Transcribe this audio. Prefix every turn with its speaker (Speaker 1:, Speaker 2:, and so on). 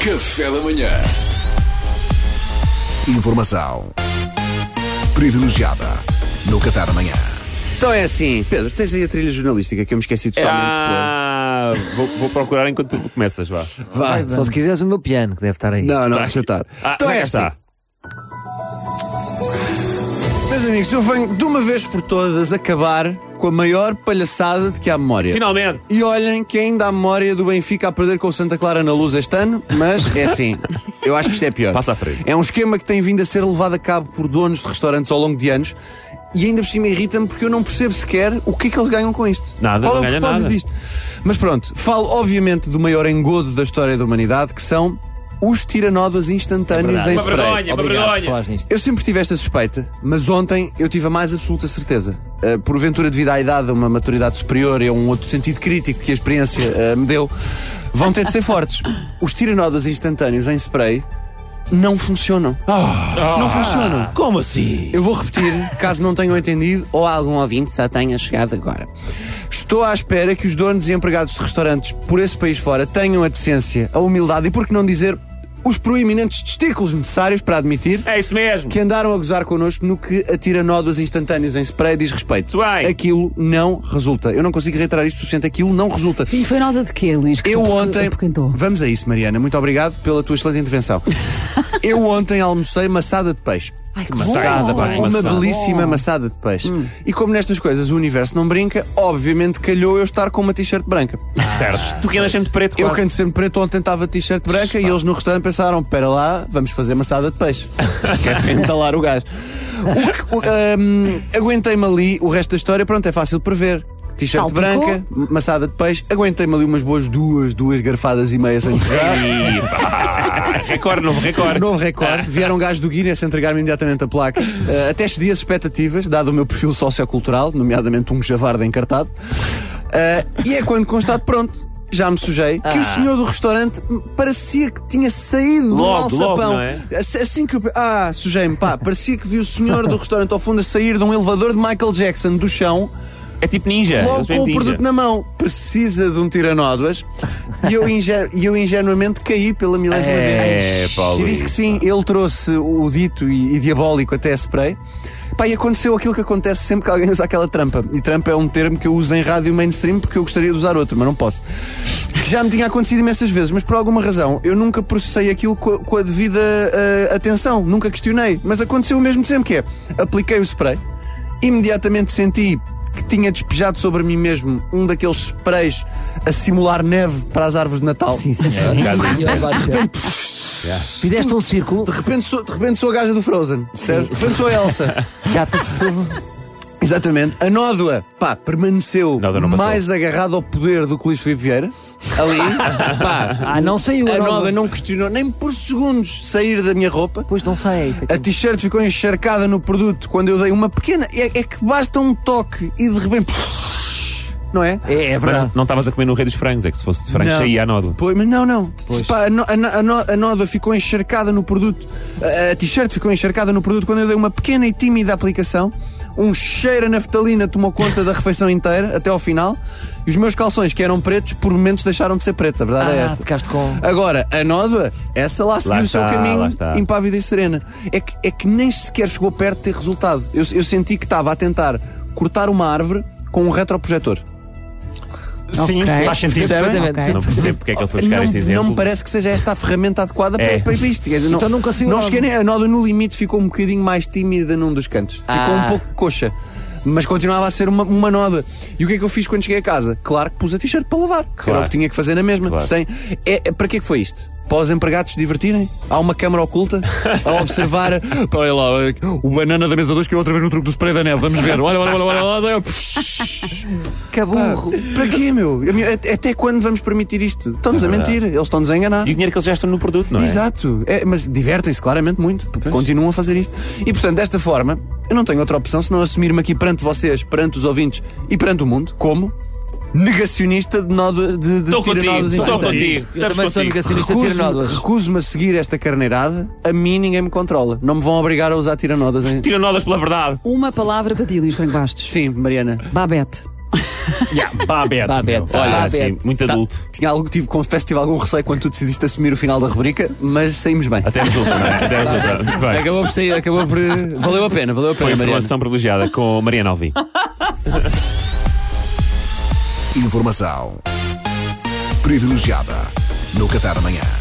Speaker 1: Café da Manhã. Informação privilegiada no Café da Manhã.
Speaker 2: Então é assim, Pedro, tens aí a trilha jornalística que eu me esqueci totalmente. Pedro.
Speaker 3: Ah, vou, vou procurar enquanto tu começas, vá.
Speaker 2: Vá.
Speaker 4: Só se quiseres o meu piano, que deve estar aí.
Speaker 2: Não, não, deixa estar.
Speaker 3: Ah,
Speaker 2: então
Speaker 3: onde
Speaker 2: é
Speaker 3: que
Speaker 2: assim.
Speaker 3: está?
Speaker 2: Meus amigos, eu venho de uma vez por todas acabar com a maior palhaçada de que há memória.
Speaker 3: Finalmente.
Speaker 2: E olhem que ainda há memória do Benfica a perder com o Santa Clara na luz este ano, mas é assim. Eu acho que isto é pior.
Speaker 3: Passa à frente.
Speaker 2: É um esquema que tem vindo a ser levado a cabo por donos de restaurantes ao longo de anos e ainda por cima irrita-me porque eu não percebo sequer o que é que eles ganham com isto.
Speaker 3: Nada,
Speaker 2: Qual
Speaker 3: não
Speaker 2: é o
Speaker 3: ganha
Speaker 2: propósito
Speaker 3: nada.
Speaker 2: disto? Mas pronto, falo obviamente do maior engodo da história da humanidade que são os tiranódoas instantâneos
Speaker 4: É verdade.
Speaker 2: em
Speaker 3: Uma
Speaker 2: spray.
Speaker 3: vergonha, uma
Speaker 4: Obrigado por
Speaker 3: vergonha.
Speaker 4: falares nisto.
Speaker 2: Eu sempre tive esta suspeita, mas ontem eu tive a mais absoluta certeza. Uh, porventura, devido à idade, a uma maturidade superior e a um outro sentido crítico que a experiência uh, me deu, vão ter de ser fortes. Os tiranodas instantâneos em spray não funcionam. Não funcionam.
Speaker 4: Ah. Como assim?
Speaker 2: Eu vou repetir, caso não tenham entendido ou algum ouvinte já tenha chegado agora. Estou à espera que os donos e empregados de restaurantes por esse país fora tenham a decência, a humildade e, por que não dizer, os proeminentes testículos necessários para admitir
Speaker 3: É isso mesmo.
Speaker 2: que andaram a gozar connosco no que atira nódoas instantâneos em spray diz respeito.
Speaker 3: Muito bem.
Speaker 2: Aquilo não resulta. Eu não consigo reiterar isto o suficiente, aquilo não resulta.
Speaker 5: E foi nota de quê, Luís? Que
Speaker 2: Eu
Speaker 5: tu- que tu
Speaker 2: ontem.
Speaker 5: apoquentou?
Speaker 2: Vamos a isso, Mariana. Muito obrigado pela tua excelente intervenção. Eu ontem almocei maçada de peixe.
Speaker 5: Ai, que
Speaker 3: maçada,
Speaker 5: bom.
Speaker 3: pá, que
Speaker 2: Uma
Speaker 5: Uma
Speaker 3: Maçada. Oh. Hum.
Speaker 2: belíssima maçada de peixe. E como nestas coisas o universo não brinca, obviamente calhou eu estar com uma t-shirt branca.
Speaker 3: Certo. Ah, Tu que andas sempre de preto,
Speaker 2: Eu
Speaker 3: quase.
Speaker 2: canto sempre preto, ontem estava de t-shirt branca e eles no restaurante pensaram: pera lá, vamos fazer maçada de peixe. que é para entalar o gás. O que- o- hum, Aguentei-me ali, o resto da história, pronto, é fácil de prever. T-shirt
Speaker 5: Salpicou.
Speaker 2: branca, m- maçada de peixe, aguentei-me ali umas boas duas, duas garfadas e meia sem sujar.
Speaker 3: Ih, pá. Recorde, novo recorde.
Speaker 2: Novo recorde, vieram gajos do Guinness entregar-me imediatamente a placa. Eh, até excedi as expectativas, dado o meu perfil sociocultural, nomeadamente um javarda encartado. Eh, e é quando constato, pronto, já me sujei, que o senhor do restaurante me parecia que tinha saído do
Speaker 3: Ah. Logo, logo,
Speaker 2: alçapão.
Speaker 3: não é?
Speaker 2: Ass- Assim que eu. Ah, sujei-me, pá, parecia que vi o senhor do restaurante ao fundo a sair de um elevador de Michael Jackson do chão
Speaker 3: É tipo ninja.
Speaker 2: logo
Speaker 3: Eles vêm
Speaker 2: com o
Speaker 3: de ninja.
Speaker 2: produto na mão. Precisa de um tiranódoas. e eu, ingé- e eu ingenuamente caí pela milésima
Speaker 3: É,
Speaker 2: vez.
Speaker 3: Paulo.
Speaker 2: E disse que sim, ele trouxe o dito e, e diabólico até spray. Pá, e aconteceu aquilo que acontece sempre que alguém usa aquela trampa. E trampa é um termo que eu uso em rádio mainstream porque eu gostaria de usar outro, mas não posso. Que já me tinha acontecido imensas vezes, mas por alguma razão eu nunca processei aquilo co- com a, devida ah, atenção, nunca questionei. Mas aconteceu o mesmo de sempre, que é apliquei o spray, Imediatamente senti que tinha despejado sobre mim mesmo um daqueles sprays a simular neve para as árvores de Natal.
Speaker 4: Sim, sim, senhor. Senhor, vai ser. Fizeste um círculo,
Speaker 2: De repente sou, de repente sou a gaja do Frozen, certo? De repente sou a Elsa.
Speaker 4: já passou.
Speaker 2: Exatamente. A nódoa, pá, permaneceu
Speaker 3: Nódoa não passou.
Speaker 2: mais agarrada ao poder do que o Luís Filipe Vieira. Ali, É pá,
Speaker 4: Ah, não saiu.
Speaker 2: a
Speaker 4: não.
Speaker 2: nódoa não questionou nem por segundos sair da minha roupa.
Speaker 4: Pois não sai, é isso aqui.
Speaker 2: A t-shirt ficou encharcada no produto quando eu dei uma pequena. É, é que basta um toque e de repente. Não é?
Speaker 4: É, é verdade.
Speaker 3: Mas Não estavas a comer no rei dos frangos, é que se fosse de frangos
Speaker 2: Não.
Speaker 3: saía a nódoa.
Speaker 2: Pois, mas não, não. Pá, a, nó- a nó- a nó- a nódoa ficou encharcada no produto. A, a t-shirt ficou encharcada no produto quando eu dei uma pequena e tímida aplicação. Um cheiro a naftalina tomou conta da refeição inteira, até ao final. E os meus calções, que eram pretos, por momentos deixaram de ser pretos. A verdade é
Speaker 4: Ah,
Speaker 2: esta.
Speaker 4: ficaste com.
Speaker 2: Agora, a nódoa, essa lá seguiu o seu
Speaker 3: está, lá
Speaker 2: caminho
Speaker 3: está.
Speaker 2: impávida e serena. É que, é que nem sequer chegou perto de ter resultado. Eu, eu senti que estava a tentar cortar uma árvore com um retroprojetor.
Speaker 6: Sim,
Speaker 5: Ok.
Speaker 6: sim. faz sentido.
Speaker 4: Perfeitamente.
Speaker 5: Ok.
Speaker 4: Sim.
Speaker 3: Não percebo porque é que ele foi buscar
Speaker 2: Não,
Speaker 3: este exemplo.
Speaker 2: não me parece que seja esta a ferramenta adequada
Speaker 3: É.
Speaker 2: para, para isto. Quer dizer, não,
Speaker 4: Então nunca saiu
Speaker 2: não
Speaker 4: nada.
Speaker 2: cheguei nem- A nódoa no limite ficou um bocadinho mais tímida num dos cantos. Ficou
Speaker 4: Ah.
Speaker 2: um pouco coxa. Mas continuava a ser uma, uma nódoa. E o que é que eu fiz quando cheguei a casa? Claro que pus a t-shirt para lavar. que Era
Speaker 3: Claro.
Speaker 2: o que tinha que fazer na mesma.
Speaker 3: Claro.
Speaker 2: Sem, é, é- para que é que foi isto? Para os empregados se divertirem? Há uma câmara oculta a observar. Para olha lá, o banana da mesa 2 que é outra vez no truque do spray da neve. Vamos ver. Olha, olha, olha, olha, olha.
Speaker 4: Caburro.
Speaker 2: Para quê, meu? Eu me- at- Até quando vamos permitir isto? Estão-nos a mentir, eles estão-nos a enganar.
Speaker 3: É E o dinheiro que eles gastam no produto, não é?
Speaker 2: Exato, É, mas divertem-se claramente muito, porque continuam a fazer isto. E portanto, desta forma, eu não tenho outra opção senão assumir-me aqui perante vocês, perante os ouvintes e perante o mundo, como negacionista de, nodo, de, de
Speaker 3: Estou contigo,
Speaker 2: tiranódoas
Speaker 3: estou
Speaker 2: instantâneas.
Speaker 3: contigo.
Speaker 4: Eu também
Speaker 3: Estamos
Speaker 4: sou
Speaker 3: contigo.
Speaker 4: negacionista de
Speaker 2: Recuso-me
Speaker 4: tiranódoas.
Speaker 2: recuso-me a seguir esta carneirada, a mim ninguém me controla. Não me vão obrigar a usar tiranodas. Em...
Speaker 3: Tira nódoas pela verdade.
Speaker 5: Uma palavra para ti, Luís Franco Bastos.
Speaker 2: Sim, Mariana.
Speaker 5: Babete.
Speaker 3: Yeah, Babette.
Speaker 4: Babette.
Speaker 3: meu. Olha,
Speaker 4: Babette.
Speaker 3: assim, muito
Speaker 2: Tá-
Speaker 3: adulto.
Speaker 2: Tinha algo, tive, confesso, que tive algum receio quando tu decidiste assumir o final da rubrica, mas saímos bem.
Speaker 3: Até resulta, não é? Até resulta. Muito bem.
Speaker 2: Acabou por sair, acabou por. Valeu a pena, valeu a
Speaker 3: Foi
Speaker 2: pena,
Speaker 3: a
Speaker 2: Mariana.
Speaker 3: informação privilegiada com Mariana Alvim.
Speaker 1: Informação privilegiada no Café da Manhã.